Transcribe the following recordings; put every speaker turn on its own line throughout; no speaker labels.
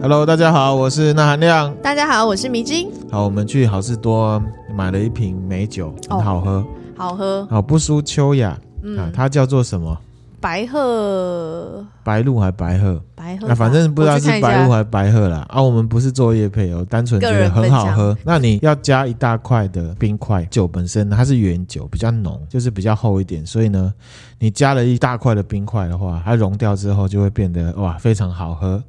Hello，大家好，我是那含亮。
大家好，我是迷津，
好，我们去好事多买了一瓶美酒，很
哦
好喝，
好喝，
好不输秋雅、啊。它叫做什么？
白鹤，
白鹿还白鹤？
白鹤吧，
那、啊反正不知道
我去
是
看一下
白鹿还白鹤啦。啊，我们不是做夜配哦，单纯觉
个
得
人分
很好
享
喝。那你要加一大块的冰块，酒本身它是原酒，比较浓，就是比较厚一点，所以呢，你加了一大块的冰块的话，它融掉之后就会变得哇非常好喝。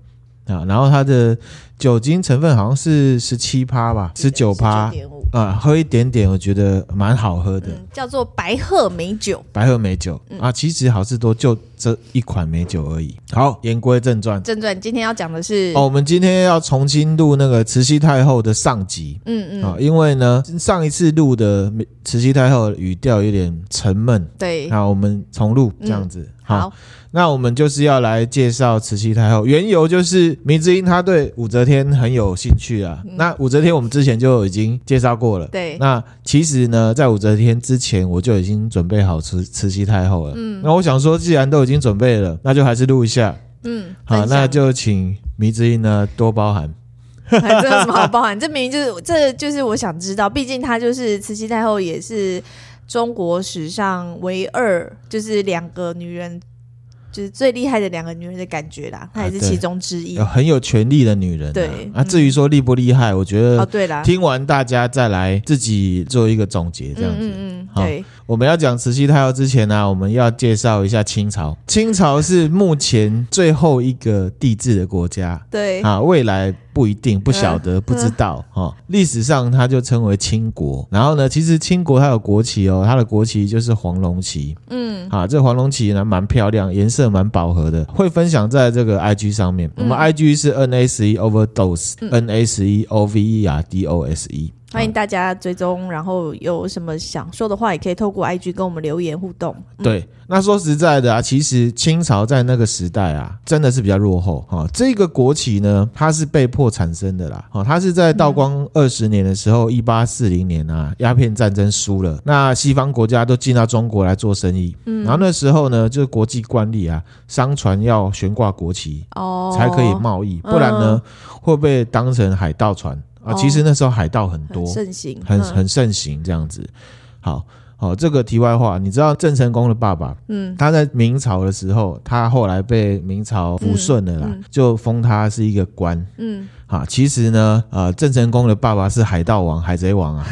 啊，然后它的酒精成分好像是十七趴吧，十九趴，
19.5
啊，喝一点点我觉得蛮好喝的。
嗯，叫做白鹤美酒，
白鹤美酒、啊，其实好事多就这一款美酒而已。好，言归正传，
正传今天要讲的是，
哦，我们今天要重新录那个慈禧太后的上集
嗯
啊、
嗯，
因为呢上一次录的慈禧太后的语调有点沉闷，
对，
那我们重录这样子。
嗯好，
那我们就是要来介绍慈禧太后，缘由就是明之英她对武则天很有兴趣啊。那武则天我们之前就已经介绍过了，
嗯对
那其实呢，在武则天之前，我就已经准备好慈慈禧太后了。嗯，那我想说，既然都已经准备了，那就还是录一下。
嗯，
好，
分享
那就请迷之音呢多包涵。
还真有什么好包含？这明明就是，这就是我想知道，毕竟她就是慈禧太后，也是中国史上唯二，就是两个女人。就是最厉害的两个女人的感觉啦，她也是
啊对
其中之一。
有很有权力的女人、啊。
对
啊，至于说厉不厉害，我觉得
哦，对啦，
听完大家再来自己做一个总结，这样子。
嗯嗯嗯，
好
对，
我们要讲慈禧太后之前呢、啊我们要介绍一下清朝。清朝是目前最后一个帝制的国家。
对，
啊，未来不一定，不晓得，不知道哦。历史上它就称为清国，然后呢，其实清国它有国旗哦，它的国旗就是黄龙旗。嗯，啊，这黄龙旗呢蛮漂亮，颜色蛮饱和的，会分享在这个 IG 上面。我们 IG 是 N A 十一 Overdose，N A 十一 O V E R D O S E。
欢迎大家追踪，然后有什么想说的话，也可以透过 IG 跟我们留言互动。
对，那说实在的啊，其实清朝在那个时代啊，真的是比较落后哈、哦。这个国旗呢，它是被迫产生的啦，哦，它是在道光
嗯
二十年的时候，一八四零年啊，鸦片战争输了，那西方国家都进到中国来做生意，嗯，然后那时候呢，就是国际惯例啊，商船要悬挂国旗
哦，嗯
才可以贸易，不然呢、会被当成海盗船啊。
哦
其实那时候海盗很多，
很盛行，
很
嗯
很盛行这样子。好，好、这个题外话，你知道郑成功的爸爸，嗯，他在明朝的时候，他后来被明朝抚顺了啦，就封他是一个官。
嗯，
啊，其实呢，呃，郑成功的爸爸是海盗王、海贼王 啊，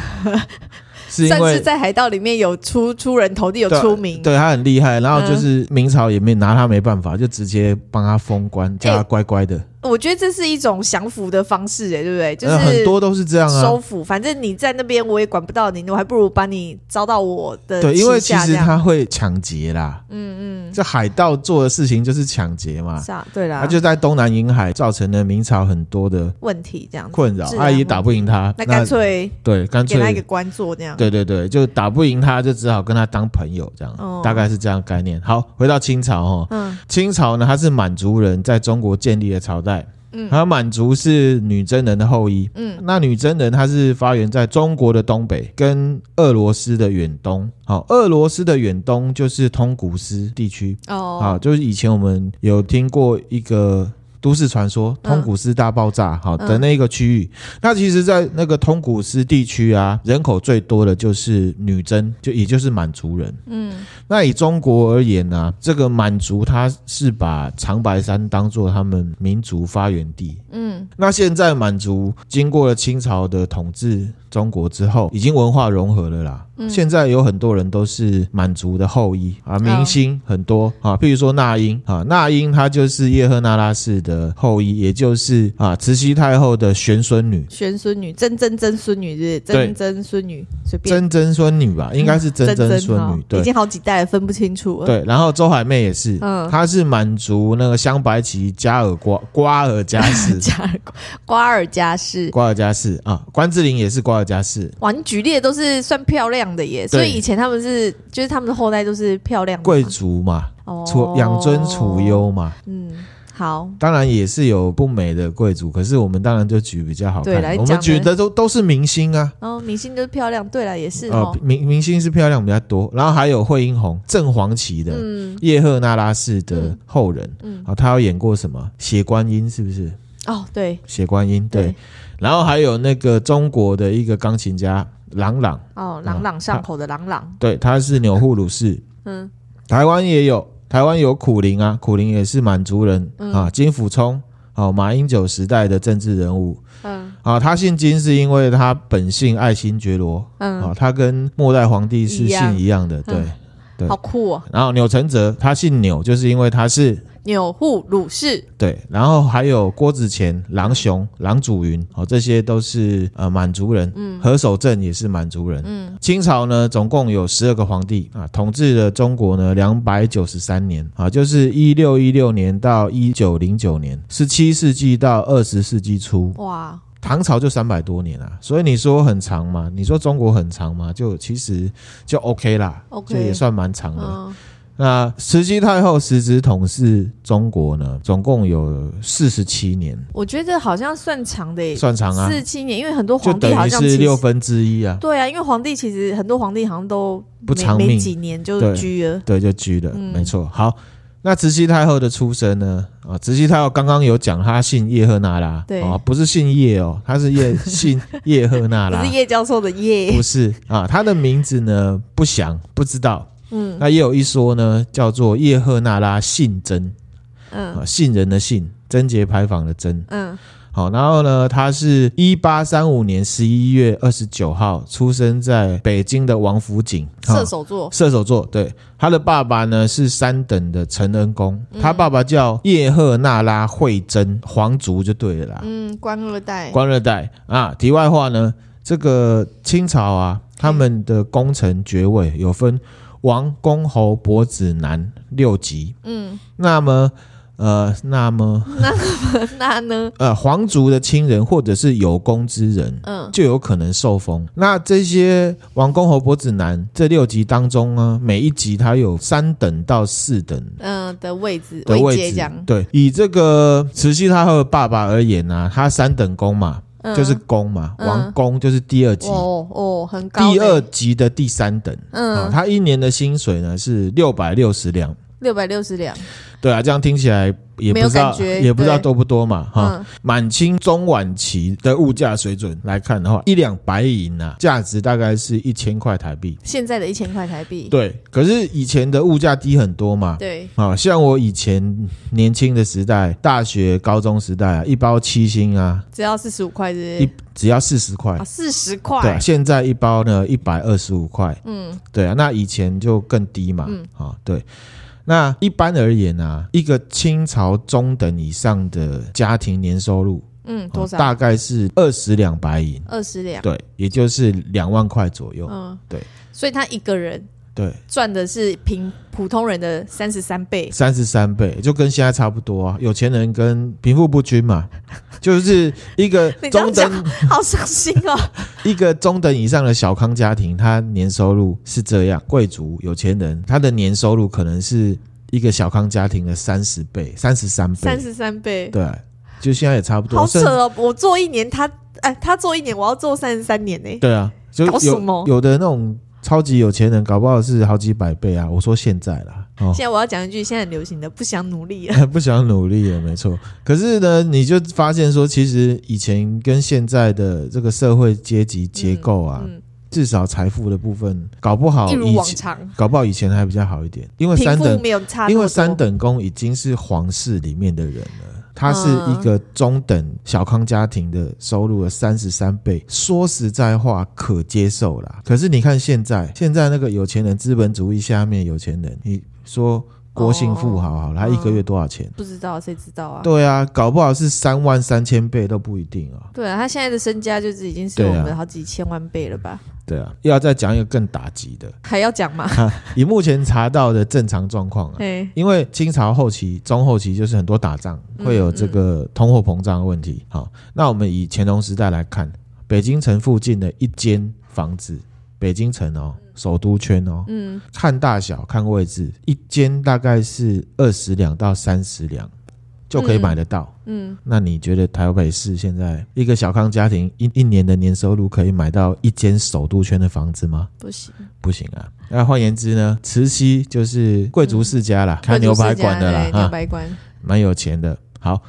是因
算
为
是在海盗里面有出出人头地，有
对
出名。
对他很厉害，然后
嗯
就是明朝也没拿他没办法，就直接帮他封
哎
官，叫他乖乖的。
我觉得这是一种降服的方式，哎，对不对？就
呃很
是
多都是这样啊，
收服，反正你在那边我也管不到你，我还不如把你招到我的
对，因为
旗
其
下
实
这样
他会抢劫啦，嗯嗯，这海盗做的事情就是抢劫嘛，
是啊，对啦，
他就在东南沿海造成了明朝很多的
问题这样子
困扰
是，啊
阿姨打不赢他，
那干脆
对，干
给他一个
脆
官做这样。
对对对，就打不赢他，就只好跟他当朋友这样，
哦
大概是这样的概念。好，回到清朝哦，
嗯
清朝呢，它是满族人在中国建立的朝代。嗯，还有满族是女真人的后裔。嗯，那女真人她是发源在中国的东北跟俄罗斯的远东。好、俄罗斯的远东就是通古斯地区。
哦，
啊，就是以前我们有听过一个都市传说，
嗯
通古斯大爆炸，好、
嗯
的那个区域。那其实，在那个通古斯地区啊，人口最多的就是女真，就也就是满族人。
嗯，
那以中国而言呢、这个满族他是把长白山当做他们民族发源地。
嗯，
那现在满族经过了清朝的统治中国之后，已经文化融合了啦。现在有很多人都是满族的后裔啊，明星很多、啊，譬如说那英啊，那英她就是叶赫那拉氏的后裔，也就是啊慈禧太后的玄孙女。
玄孙女，真真真孙女是不是
对
真真孙女，随便。
真曾孙女吧，应该是真曾孙
哦
女，对
已，经好几代了，分不清楚了。，
对，然后周海媚也是，
嗯
她是满族那个香白旗加尔瓜瓜尔佳氏，
加尔瓜瓜尔佳氏，
瓜尔佳氏啊，关之琳也是瓜尔佳氏，
哇，你举例的都是算漂亮的耶，所以以前他们是，就是他们的后代都是漂亮的嘛
贵族嘛，
哦
楚养尊处。优嘛，
嗯，好，
当然也是有不美的贵族，可是我们当然就举比较好看
对
的
来，
我们
讲
举
呢
的都都是明星啊。
然后明星就是漂亮，对了，也是
呃
哦，，
明明星是漂亮比较多，然后还有惠英红、正黄旗的、
嗯
叶赫那拉氏的后人，啊，她有演过什么《血观音》是不是？
哦，对
血观音，对
对，
然后还有那个中国的一个钢琴家郎朗，
哦，朗朗上口的朗朗，
对，他是钮祜禄氏，
嗯，
台湾也有，台湾有苦灵啊，苦灵也是满族人、
嗯
啊，金溥聪。哦，马英九时代的政治人物
嗯
啊，他姓金是因为他本姓爱新觉罗
嗯，
啊，他跟末代皇帝是
一样
姓一样的，对。
嗯
对
好酷哦，
然后钮承泽他姓钮，就是因为他是
钮祜禄氏，
对，然后还有郭子乾、郎雄、郎祖云，哦，这些都是呃满族人。嗯，何守正也是满族人。嗯，清朝呢，总共有十二个皇帝啊，统治了中国呢两百九十三年啊，就是一六一六年到一九零九年，十七世纪到二十世纪初，
哇，
唐朝就三百多年啊。所以你说很长吗？你说中国很长吗？就其实就 OK 啦
OK
就也算蛮长的。
嗯
那慈禧太后实职统治中国呢，总共有四十七年，
我觉得好像算长的耶，
算长啊
四，十七年，因为很多
就
皇
等
帝好
于
像其
是
实
六分之一啊，
对啊，因为皇帝其实很多皇帝好像都
不
没
长
没
命
几年就
对
居了，
对，就拘了，
嗯
没错。好，那慈禧太后的出身呢？啊，慈禧太后刚刚有讲，她姓叶赫那拉，
对
啊，不是姓叶哦，她是 叶姓叶赫那
不
拉
是，叶教授的叶
不，是啊，她的名字呢不详，不知道。
嗯
那也有一说呢，叫做叶赫那拉信贞
嗯
啊，信人的信，贞节牌坊的贞。
嗯，
好，然后呢，他是一八三五年十一月二十九号出生在北京的王府井，
射
哈
手座，
射手座。对，他的爸爸呢是三等的承恩公，
嗯
他爸爸叫叶赫那拉惠珍，皇族就对了啦，
嗯，官二代，
官二代啊。题外话呢，这个清朝啊，他们的功臣爵位有分王、公、侯、伯、子、男六级。
嗯，
那么，呃，那么，
那呢，
呃，皇族的亲人或者是有功之人，
嗯
就有可能受封。那这些王公侯伯子男这六级当中呢，每一级它有三等到四等
嗯的位置
的
位
位
阶这
置
样。，
对，以这个慈禧太后的爸爸而言啊，他三等公嘛，
嗯
就是公嘛，
嗯
王公就是第二级，
哦哦，很高呢，
第二级的第三等。啊，
嗯，
他一年的薪水呢是六百六十两，
六百六十两，
对啊，这样听起来也不
没有
知道
感觉
也不知道
对
多不多嘛，哈、
嗯
满清中晚期的物价水准来看的话，一两白银啊，价值大概是一千块台币。
现在的一千块台币，
对，可是以前的物价低很多嘛。
对，
啊，像我以前年轻的时代，大学、高中时代啊，一包七星啊，
只要四十五块，是
一只要四十块
啊，。四十
对啊，
块，
现在一包呢一百二十五块。
嗯
对啊，那以前就更低嘛。
嗯
啊，对。那一般而言啊，一个清朝中等以上的家庭年收入，
嗯，
啊
多少？
大概是二十两白银。
二十两，
对，也就是两万块左右。
嗯，
对，
所以他一个人
对，
赚的是平普通人的三十 三倍，
三十三倍，就跟现在差不多啊。有钱人跟贫富不均嘛， 就是一个
你这样
中
讲
等
好伤心哦。
一个中等以上的小康家庭，他年收入是这样，贵族有钱人他的年收入可能是一个小康家庭的三十倍、三十三
三
倍，
十三倍，
对，就现在也差不多。
好扯
甚至
哦！我做一年，他哎，他做一年，我要做三十三年呢。
对啊，就
搞什么
有有的那种超级有钱人，搞不好是好几百倍啊。我说现在啦，哦，
现在我要讲一句现在很流行的“不想努力了
不想努力了，没错。可是呢，你就发现说，其实以前跟现在的这个社会阶级结构啊，
嗯嗯
至少财富的部分，搞不”，好
一如
哦以
往
前，
常，
搞不好以前还比较好一点，因为
贫
三
富
等，
没有差那么多。
因为三等公已经是皇室里面的人了。他是一个中等小康家庭的收入的三十三倍，说实在话可接受啦。可是你看现在，现在那个有钱人资本主义下面有钱人，你说郭姓富豪好了，他一个月多少钱？
不知道，谁知道啊？
对啊，搞不好是三万三千倍都不一定哦。
对啊，他现在的身家就是已经是
对啊
我们的好几千万倍了吧？
对啊，又要再讲一个更打击的，
还要讲 吗？
以目前查到的正常状况啊，
哎，
因为清朝后期、中后期就是很多打仗，
嗯
会有这个通货膨胀的问题。好，那我们以乾隆时代来看，北京城附近的一间房子，北京城哦，首都圈哦，
嗯，
看大小、看位置，一间大概是二十两到三十两，就可以买得到。
嗯，
那你觉得台北市现在一个小康家庭一一年的年收入可以买到一间首都圈的房子吗？
不行，
不行啊！那换言之呢，慈禧就是贵族世家啦，开牛排馆的
嗯贵族世家
啦，
哎牛
哈，
排馆，
蛮有钱的。好，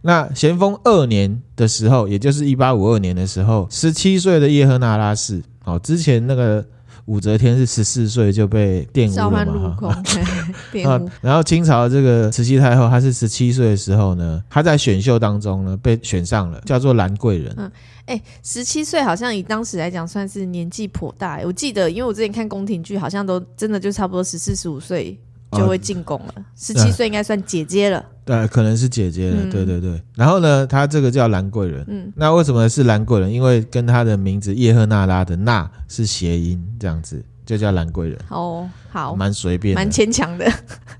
那咸丰二年的时候，也就是一八五二年的时候，十七岁的叶赫那拉氏，哦，之前那个武则天是十四岁就被玷
召
污了
唤陆
嘛，
空
哈。，
对
啊
玷污，
然后清朝的这个慈禧太后，她是十七岁的时候呢，她在选秀当中呢被选上了，叫做兰贵人。
嗯哎，十七岁好像以当时来讲算是年纪颇大。欸我记得，因为我之前看宫廷剧，好像都真的就差不多十四十五岁就
哦啊
会进宫
哎
了，十七岁应该算姐姐了。
呃，可能是姐姐了，
嗯
对对对。然后呢，她这个叫兰贵人。
嗯，
那为什么是兰贵人？因为跟她的名字叶赫那拉的“那”是谐音，这样子就叫兰贵人，
好哦，好，
蛮随便
蛮
的。
牵强的。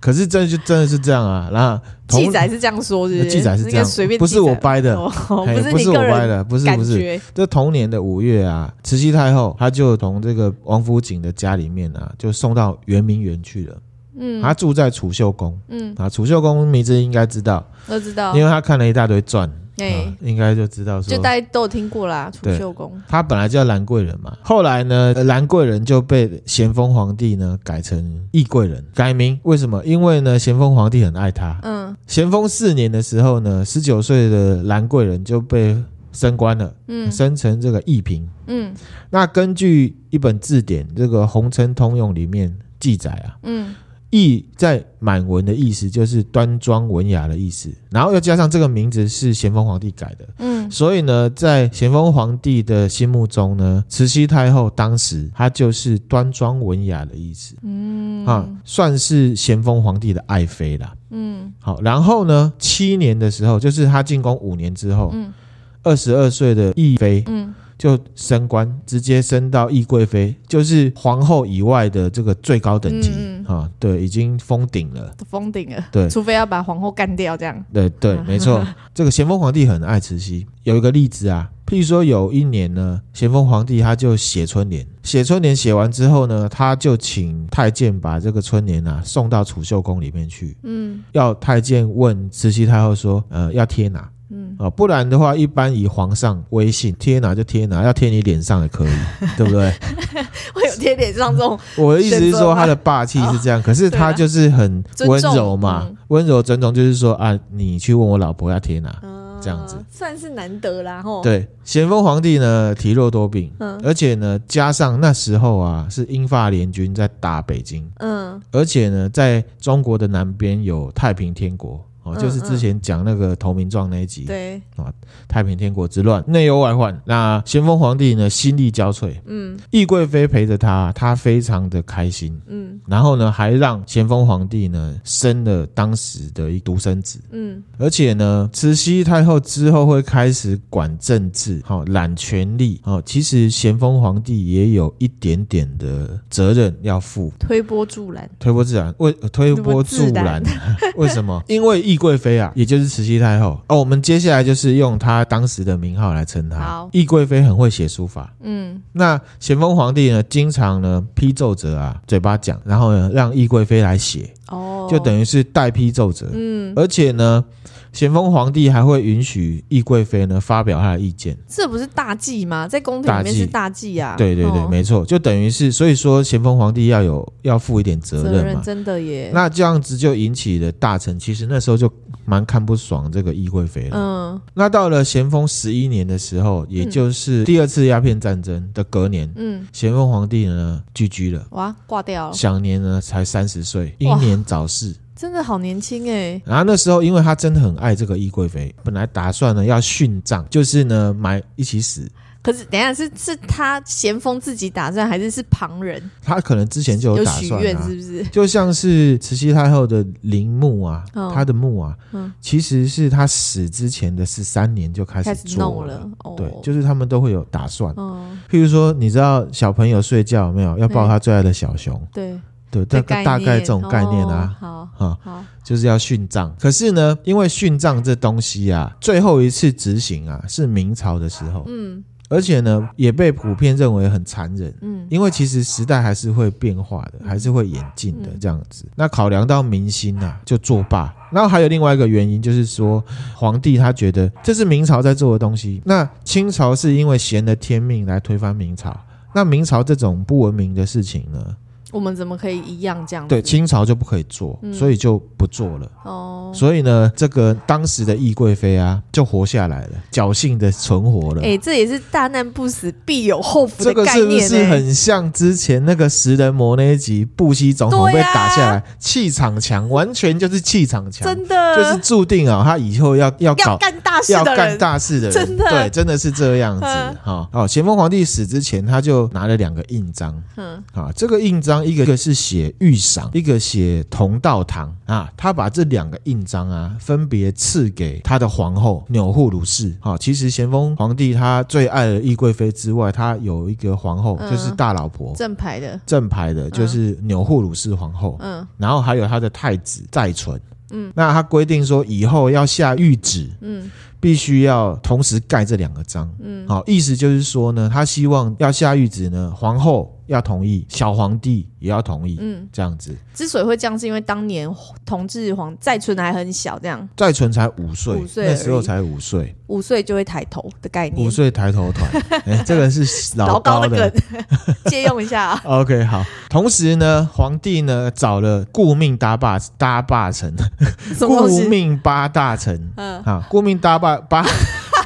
可是真的就真的是这样啊。然后 同呃
记载是这样说，是不是？
记载是这
那
样
个随便
不是
记载
我掰的
哦，
嘿
不
不
你
是我
个
歪
人
的，不是
感
不是，
觉。
这同年的五月啊，慈禧太后她就从这个王府井的家里面啊，就送到圆明园去了。
嗯
她住在储秀宫
嗯，
啊，储秀宫迷之音应该知道，
都知道
因。为她看了一大堆传，
哎
啊，，应该就知道
就
说。
大家都有听过啦，储
对
秀宫。
她本来叫兰贵人嘛，后来呢，呃兰贵人就被咸丰皇帝呢改成懿贵人，改名为什么？因为呢，咸丰皇帝很爱她。
嗯
咸丰四年的时候呢，十九岁的兰贵人就被升官了，
嗯
升成这个懿嫔。
嗯
那根据一本字典《这个红称通用》里面记载啊，
嗯
义在满文的意思就是端庄文雅的意思，然后又加上这个名字是咸丰皇帝改的，
嗯
所以呢，在咸丰皇帝的心目中呢，慈禧太后当时她就是端庄文雅的意思
嗯
啊，算是咸丰皇帝的爱妃啦。
嗯
好，然后呢，七年的时候，就是她进宫五年之后，
嗯
二十二岁的义妃
嗯
就升官，直接升到懿贵妃，就是皇后以外的这个最高等级啊、
嗯嗯
对，已经封顶了。
都封顶了。
对
除非要把皇后干掉 这样。
对对，没 错。这个咸丰皇帝很爱慈禧，有一个例子啊，譬如说有一年呢，咸丰皇帝他就写春联，写春联写完之后呢，他就请太监把这个春联啊送到储秀宫里面去，
嗯
要太监问慈禧太后说，呃，要贴哪？
嗯，
啊、不然的话，一般以皇上威信，贴哪就贴哪，要贴你脸上也可以，对不对？
会有贴脸上这种
我的意思是说，他的霸气是这样，可是他就是很温柔嘛
啊对啦尊重嗯，
温柔尊重就是说啊，你去问我老婆要贴哪。这样子
嗯算是难得啦吼。，
对，咸丰皇帝呢体弱多病，
嗯
而且呢加上那时候啊是英法联军在打北京，
嗯
而且呢在中国的南边有太平天国。哦，
嗯
就是之前讲那个投名状那一集，
对，
太平天国之乱，内忧外患。那咸丰皇帝呢，心力交瘁，
嗯
懿贵妃陪着他，他非常的开心。
嗯
然后呢，还让咸丰皇帝呢生了当时的一独生子，
嗯
而且呢，慈禧太后之后会开始管政治，好、揽权力，哦，其实咸丰皇帝也有一点点的责任要负。
推波助澜。
推波助澜，为呃推波助
推
澜
波，
为什 么？因为懿贵妃啊，也就是慈禧太后哦，我们接下来就是用她当时的名号来称她
好。
懿贵妃很会写书法，
嗯
那咸丰皇帝呢，经常呢批奏折啊，嘴巴讲，然后呢让懿贵妃来写，
哦，
就等于是代批奏折。
嗯，
而且呢，咸丰皇帝还会允许懿贵妃呢发表她的意见。
这不是大忌吗？在宫廷里面是大忌啊。
对对对，
哦
没错，就等于是，所以说咸丰皇帝要有要负一点责
责
任
任
嘛。
真的耶。
那这样子就引起了大臣，其实那时候就蛮看不爽这个懿贵妃了。
嗯
那到了咸丰十一年的时候，也
嗯
就是第二次鸦片战争的隔年，
嗯，
咸丰皇帝呢居居了。
哇，挂掉了，
享年呢才三十岁，英年早逝。
真的好年轻哎。
然后那时候，因为他真的很爱这个懿贵妃，本来打算呢要殉葬，就是呢埋一起死。
可是等一下是是他咸丰自己打算，还是是旁人
他可能之前就打
许
算
愿
啊
是，不是？
就像是慈禧太后的陵墓啊，
嗯
她的墓啊，
嗯
其实是她死之前的十三年就开
开
始
始
做
弄了。哦，
对，就是他们都会有打算。
嗯
譬如说，你知道小朋友睡觉有没有要抱他最爱的小熊？
对，
对，大
这概
概大概这种概念啊。
哦
啊、
好好，
就是要殉葬。可是呢，因为殉葬这东西啊，最后一次执行啊是明朝的时候，
嗯
而且呢也被普遍认为很残忍。
嗯
因为其实时代还是会变化的，还是会演进的
嗯
这样子。那考量到民心啊，就作罢。然后还有另外一个原因，就是说皇帝他觉得这是明朝在做的东西，那清朝是因为挟了天命来推翻明朝。那明朝这种不文明的事情呢，
我们怎么可以一样这样子？
对，清朝就不可以做，所以就不做了。
嗯哦，
所以呢，这个当时的懿贵妃啊，就活下来了，侥幸的存活了。
哎、这也是大难不死必有后福
这
的
个
概
是不
念、欸，
是很像之前那个食人魔那一集，布希总统被
对啊
打下来，气场强，完全就是气场强，
真的？
就是注定啊、他以后要要
要
搞
干大事
要
的
干
人，
大事的人，
真的
对，真的是这样子
嗯
哈。哦，咸丰皇帝死之前，他就拿了两个印章
嗯，
啊，这个印章一个一个是写御赏，一个写同道堂啊，他把这两个印章啊，分别赐给他的皇后钮祜禄氏。好、其实咸丰皇帝他最爱了懿贵妃之外，他有一个皇后
嗯
就是大老婆。
正牌的，
正牌的就是钮祜禄氏皇后，
嗯
然后还有他的太子载淳，
嗯，
那他规定说以后要下谕旨，
嗯
必须要同时盖这两个章。
嗯
好、意思就是说呢，他希望要下谕旨呢，皇后要同意，小皇帝也要同意，
嗯。
这样子。
之所以会这样，是因为当年同治皇载淳还很小，这样
再存才五岁，
五岁
那时候
而已
才五岁，
五岁就会抬头的概念
五，岁抬头 团，哎、这个是老
老
高
高的 梗，借用一下、啊。
OK，好。同时呢，皇帝呢找了顾命搭把搭把臣，
什么
顾
东西？
命八大臣
嗯
啊，顾命搭八八，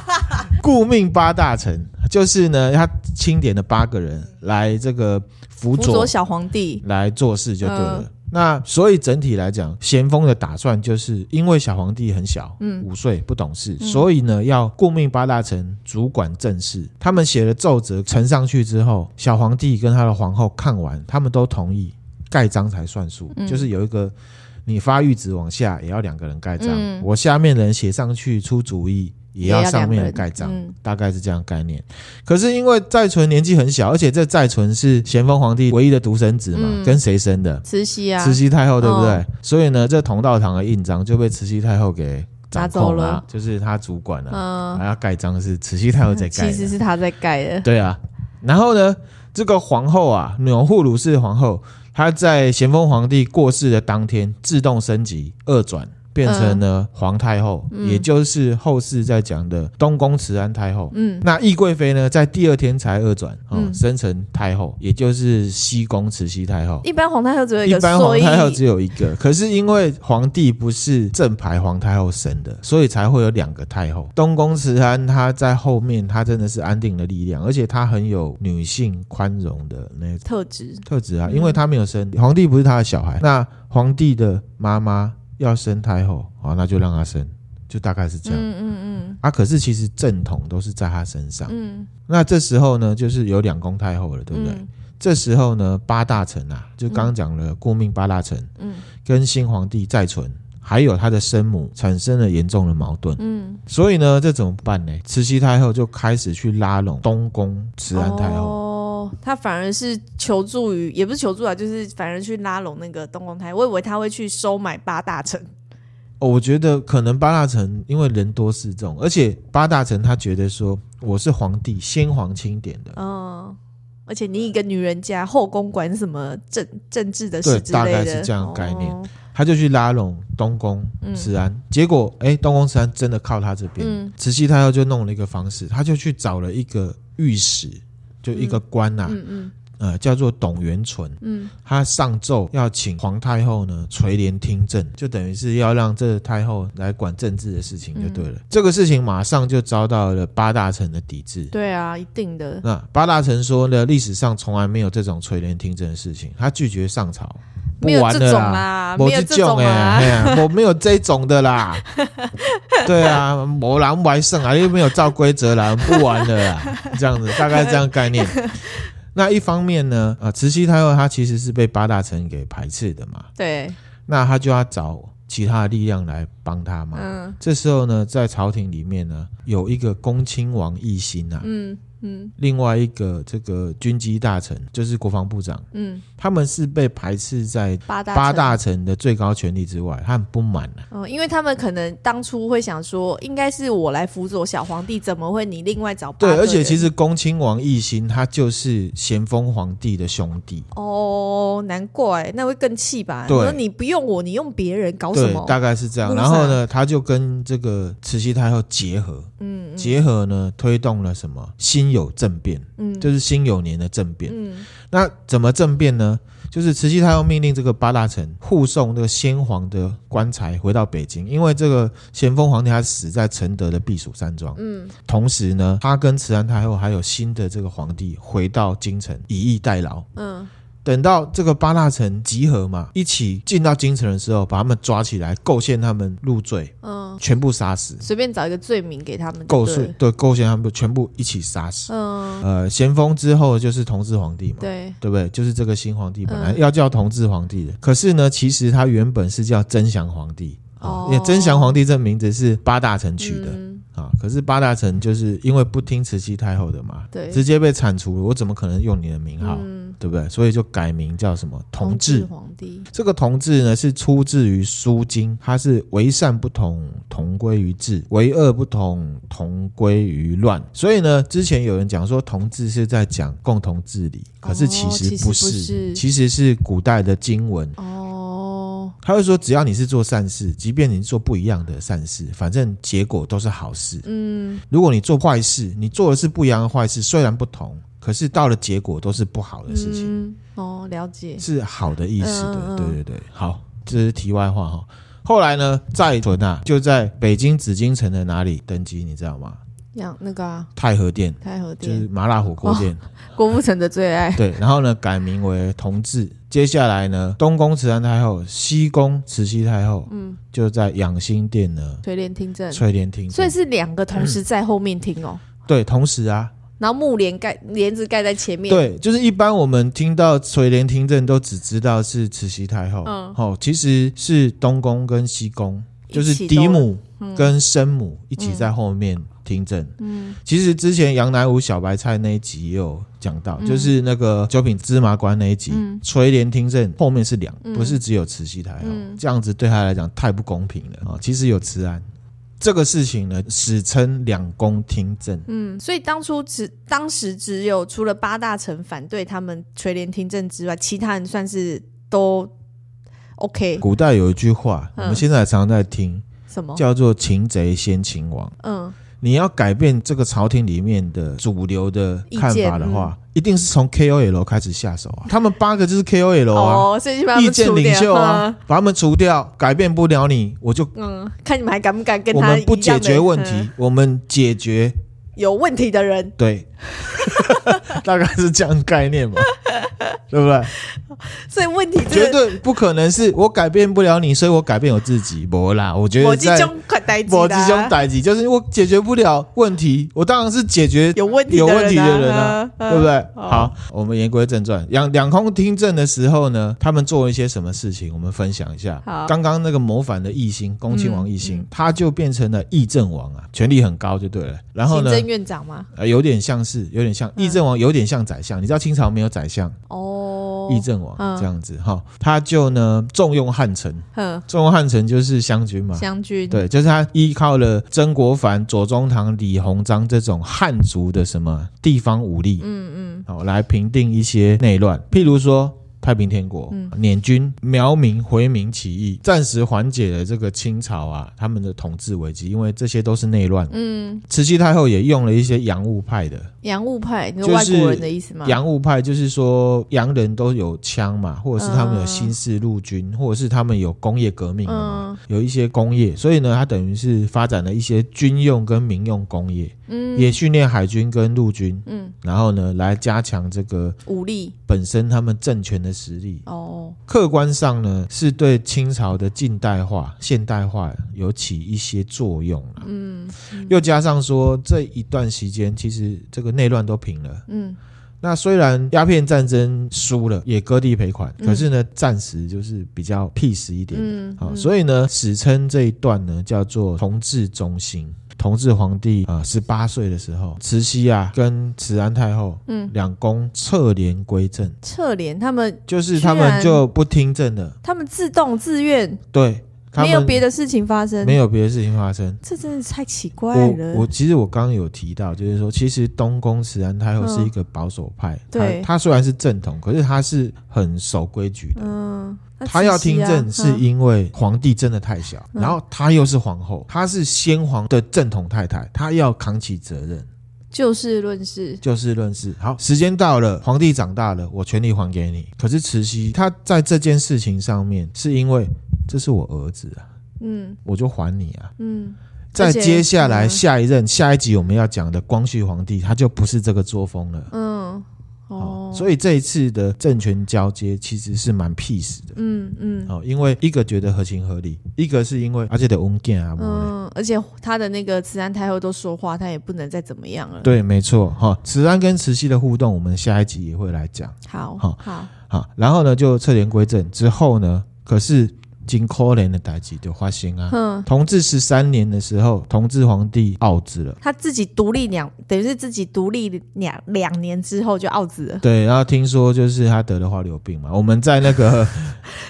顾命八大臣就是呢，他钦点的八个人来这个辅
辅佐
佐
小皇帝，
来做事就对了。
呃
那所以整体来讲，咸丰的打算就是因为小皇帝很小，
嗯
五岁不懂事，所以呢要顾命八大臣主管政事。他们写了奏折呈上去之后，小皇帝跟他的皇后看完，他们都同意盖章才算数，
嗯
就是有一个。你发谕旨往下也要两个人盖章，
嗯
我下面人写上去出主意也要上面人盖章，
也要两个人嗯
大概是这样的概念。可是因为载淳年纪很小，而且这载淳是咸丰皇帝唯一的独生子嘛，
嗯
跟谁生的？
慈禧啊，
慈禧太后，对不对？
哦
所以呢，这同道堂的印章就被慈禧太后给掌控
拿走
了、
了
就是她主管了、
嗯
还要盖章是慈禧太后在盖
其实
的，
是他在盖的，
对啊。然后呢，这个皇后啊，钮祜禄氏皇后，她在咸丰皇帝过世的当天自动升级二转。变成了
嗯
皇太后、也就是后世在讲的东宫慈安太后。
嗯
那懿贵妃呢，在第二天才二转，哦、
嗯
升成太后，也就是西宫慈禧太后。
一般皇太后只有一
一
个，
般
所
皇
以
太后只有一个，可是因为皇帝不是正牌皇太后生的，所以才会有两个太后。东宫慈安她在后面，她真的是安定了力量，而且她很有女性宽容的那种
特质，
特质啊，
嗯
因为她没有生皇帝，不是她的小孩，那皇帝的妈妈要生太后啊，那就让她生，就大概是这样。
嗯嗯
啊，可是其实正统都是在她身上
嗯。嗯，
那这时候呢，就是有两宫太后了，对不对？
嗯？
这时候呢，八大臣啊，就刚刚讲了顾命八大臣，
嗯
跟新皇帝载淳还有他的生母产生了严重的矛盾。
嗯，
所以呢，这怎么办呢？慈禧太后就开始去拉拢东宫慈安太后。
哦，他反而是求助于，也不是求助啊，就是反而去拉拢那个东宫太后。我以为他会去收买八大臣，
哦，我觉得可能八大臣因为人多势众，而且八大臣他觉得说我是皇帝，先皇钦点的，
嗯，而且你一个女人家，后宫管什么政政治的
对
事之
大
类
概
的，
是这样的概念
哦
他就去拉拢东宫慈安。结果，哎，东宫慈安真的靠他这边，
嗯
慈禧太后就弄了一个方式，他就去找了一个御史，就一个官呐、
嗯嗯
呃，叫做董元淳。
嗯
他上奏要请皇太后呢垂帘听政，就等于是要让这太后来管政治的事情就对了。
嗯
这个事情马上就遭到了八大臣的抵制。
对啊，一定 的，
那八大臣说呢，历史上从来没有这种垂帘听政的事情，他拒绝上朝，不
没有
玩
这
了
种
啦。
啦，
我
没有
这
这
种
种啊
哎、，嘿啊我没有这种的啦。对啊，我狼玩胜啊，又没有照规则啦，不玩了啦，这样子大概这样概 念。那一方面呢，啊，慈禧太后她其实是被八大臣给排斥的嘛，
对，
那她就要找其他的力量来帮她嘛。
嗯
这时候呢，在朝廷里面呢，有一个恭亲王奕欣啊，
嗯嗯
另外一个这个军机大臣，就是国防部长，
嗯，
他们是被排斥在
八大
八
八
大臣的最高权力之外，他很不满啊。
嗯，因为他们可能当初会想说，应该是我来辅佐小皇帝，怎么会你另外找八
对，
个
而且
人
其实恭亲王奕欣他就是咸丰皇帝的兄弟，
哦，哦，难怪，那会更气吧？
对
我说你不用我，你用别人，搞什
对
么，？
大概是这样。
路
然
上
后呢，他就跟这个慈禧太后结合，
嗯
结合呢推动了什么辛酉政变，
嗯，
就是辛酉年的政变。
嗯
那怎么政变呢？就是慈禧太后命令这个八大臣护送这个先皇的棺材回到北京，因为这个咸丰皇帝他死在承德的避暑山庄。
嗯
同时呢，他跟慈安太后还有新的这个皇帝回到京城以逸待劳。
嗯
等到这个八大臣集合嘛，一起进到京城的时候，把他们抓起来，构陷他们入罪，
嗯，
全部杀死，
随便找一个罪名给他们就
构
对
陷对构陷他们全部一起杀死。
嗯，
呃，咸丰之后就是同治皇帝嘛，
对，
对不对？就是这个新皇帝本来
嗯
要叫同治皇帝的，可是呢，其实他原本是叫真祥皇帝啊
哦，
因为真祥皇帝这名字是八大臣取的。
嗯
啊，可是八大臣就是因为不听慈禧太后的嘛，
对
直接被铲除了，我怎么可能用你的名号，
嗯，
对不对？所以就改名叫什么同治。
皇帝，
这个同治呢，是出自于《书经》，它是“为善不同，同归于治；为恶不同，同归于乱”。所以呢，之前有人讲说同治是在讲共同治理，可是其
哦
实
其实
不
不
是，
是
其实是古代的经文。
哦，
他会说，只要你是做善事，即便你做不一样的善事，反正结果都是好事。
嗯
如果你做坏事，你做的是不一样的坏事，虽然不同，可是到了结果都是不好的事情，
嗯，哦，了解，
是好的意思的。
嗯嗯嗯
对对对，好，这是题外话哈。后来呢，载淳啊就在北京紫禁城的哪里登基，你知道吗？
养那个啊，
太和殿，
太和
就是
殿，
麻辣火锅店。
郭富城的最爱，
对，然后呢改名为同治。接下来呢，东宫慈安太后，西宫慈禧太后，
嗯，
就在养心殿呢
垂帘听政，
垂帘听
所以
政。
是两个同时在后面听哦，
对，同时啊，
然后幕帘盖帘子盖在前面，，
对，就是一般我们听到垂帘听政都只知道是慈禧太后，
嗯
哦，其实是东宫跟西宫，就是
一起
嫡
都
母跟生母一起在后面听政。
嗯
其实之前杨乃武小白菜那一集也有讲到，就是那个九品芝麻官那一集，
嗯
垂帘听政后面是两，
嗯
不是只有慈禧太后，
嗯
这样子对他来讲太不公平了啊、哦其实有慈安。这个事情呢，史称两宫听政。
嗯，所以当初只当时只有除了八大臣反对他们垂帘听政之外，其他人算是都 OK，
古代有一句话，我
嗯
们现在常常在听，
什么？
叫做“擒贼先擒王
嗯，”。
你要改变这个朝廷里面的主流的看
意
法
见嗯
的话，一定是从 KOL 开始下手啊。他们八个就是 KOL 啊，
哦，所以就把他
意
们
见
除
领
掉
袖啊
嗯，
把他们除掉，改变不了你，我就
嗯，看你们还敢不敢跟
我
他
们不
一样
解
的
决问
嗯
题，我们解决
有问题的人，
对， 大概是这样概念嘛， 对不对？
所以问题
绝
真的，
对不可能是我改变不了你，所以我改变我自己。不啦，我觉得
我这
在
种快呆机
我这种
啦，
代际，就是我解决不了问题，我当然是解决
有问题
有问题的人啊
啊，，嗯
对不？对？
哦
好，我们言归正传，两两空听政的时候呢，他们做了一些什么事情，我们分享一下
好。嗯
刚刚那个谋反的义兴，恭亲王义兴，他就变成了议政王啊，权力很高就对了。然后
行
呢，
政嗯院长嘛，
呃，有点像是，有点像议政王，有点像宰相。你知道清朝没有宰相，
哦，
议，政王
嗯
这样子哈，他就呢重用汉臣，
哼，
重用汉臣就是湘军嘛，
湘军，，
对，就是他依靠了曾国藩、左宗棠、李鸿章这种汉族的什么地方武力，
嗯嗯，
好、来平定一些内乱，譬如说。太平天国、
嗯
捻军、苗民、回民起义，暂时缓解了这个清朝啊他们的统治危机，因为这些都是内乱。
嗯，
慈禧太后也用了一些洋务派的，
洋务派，你
就
说外
是
国人的意思吗？
洋务派就是说洋人都有枪嘛，或者是他们有
嗯
新式陆军，或者是他们有工业革命了嘛
嗯，
有一些工业，所以呢，它等于是发展了一些军用跟民用工业，
嗯
也训练海军跟陆军，
嗯，
然后呢，来加强这个
武力，
本身他们政权的实力。
哦，
客观上呢，是对清朝的近代化、现代化有起一些作用啦。
嗯
又加上说这一段时间，其实这个内乱都平了。
嗯，
那虽然鸦片战争输了，也割地赔款，
嗯
可是呢，暂时就是比较 peace 一点。
嗯，
好、
嗯
所以呢，史称这一段呢叫做同治中兴。同治皇帝啊，十、八岁的时候，慈禧啊跟慈安太后
嗯，
两宫撤帘归政，
撤帘，他们
就是
居
他
然
们就不听政了。
他们自动自愿，
对，他
没有
们
别的事情发生，
没有别的事情发生。
这真的太奇怪了。
我我其实我刚刚有提到，就是说，其实东宫慈安太后是一个保守派，她
嗯对
她虽然是正统，可是她是很守规矩的。
嗯，那
她要
慈禧
听
啊
政是
嗯
因为皇帝真的太小，
嗯
然后她又是皇后，她是先皇的正统太太，她要扛起责任，
就事论事，
就事论事。好，时间到了，皇帝长大了，我权力还给你。可是慈禧她在这件事情上面，是因为这是我儿子啊，
嗯
我就还你啊。
嗯，
在
而且
接下来
嗯
下一任、下一集我们要讲的光绪皇帝，他就不是这个作风了。
嗯，
哦
哦，，
所以这一次的政权交接其实是蛮 peace 的。
嗯嗯
哦，因为一个觉得合情合理，一个是因为而且得文件啊，嗯、
嗯，而且他的那个慈安太后都说话，他也不能再怎么样了。，
对，没错哈。慈安跟慈禧的互动，我们下一集也会来讲。
好，
好
好，
好，然后呢就撤帘归政之后呢，可是经扣连的代际就发生啊。
嗯，
同治十三年的时候，同治皇帝傲子了。
他自己独立两，等于是自己独立两两年之后就傲子 了。
对，然后听说就是他得了花柳病嘛。我们在那 个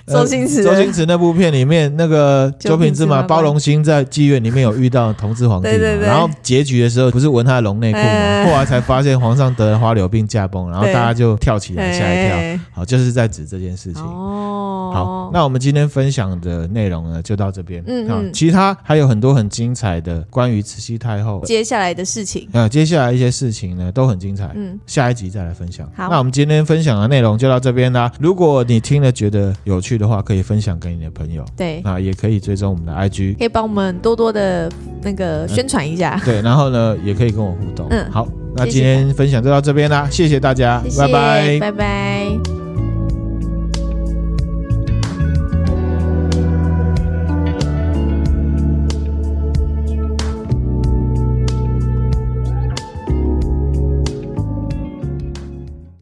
呃
周星驰
周星驰那部片里面，那个
九
九
品
品
芝
芝
麻
麻
官
包龙星在妓院里面有遇到同治皇帝嘛，
对对对
然后结局的时候不是闻他的龙内裤
哎
嘛，后来才发现皇上得了花柳病驾崩，然后
对
大家就跳起来吓一跳。
哎
好，就是在指这件事情。
哦，
好，那我们今天分享的内容呢，就到这边。
嗯
啊
嗯
其他还有很多很精彩的关于慈禧太后，
接下来的事情，
呃，接下来一些事情呢都很精彩。
嗯，
下一集再来分享。
好
那我们今天分享的内容就到这边啦。如果你听了觉得有趣的话，可以分享给你的朋友，
对，
那也可以追踪我们的 IG，
可以帮我们多多的那个宣传一下，
对，然后呢也可以跟我互动。
嗯
好，那
谢谢
今天分享就到这边啦，谢谢大家，
谢谢
拜拜。
拜拜。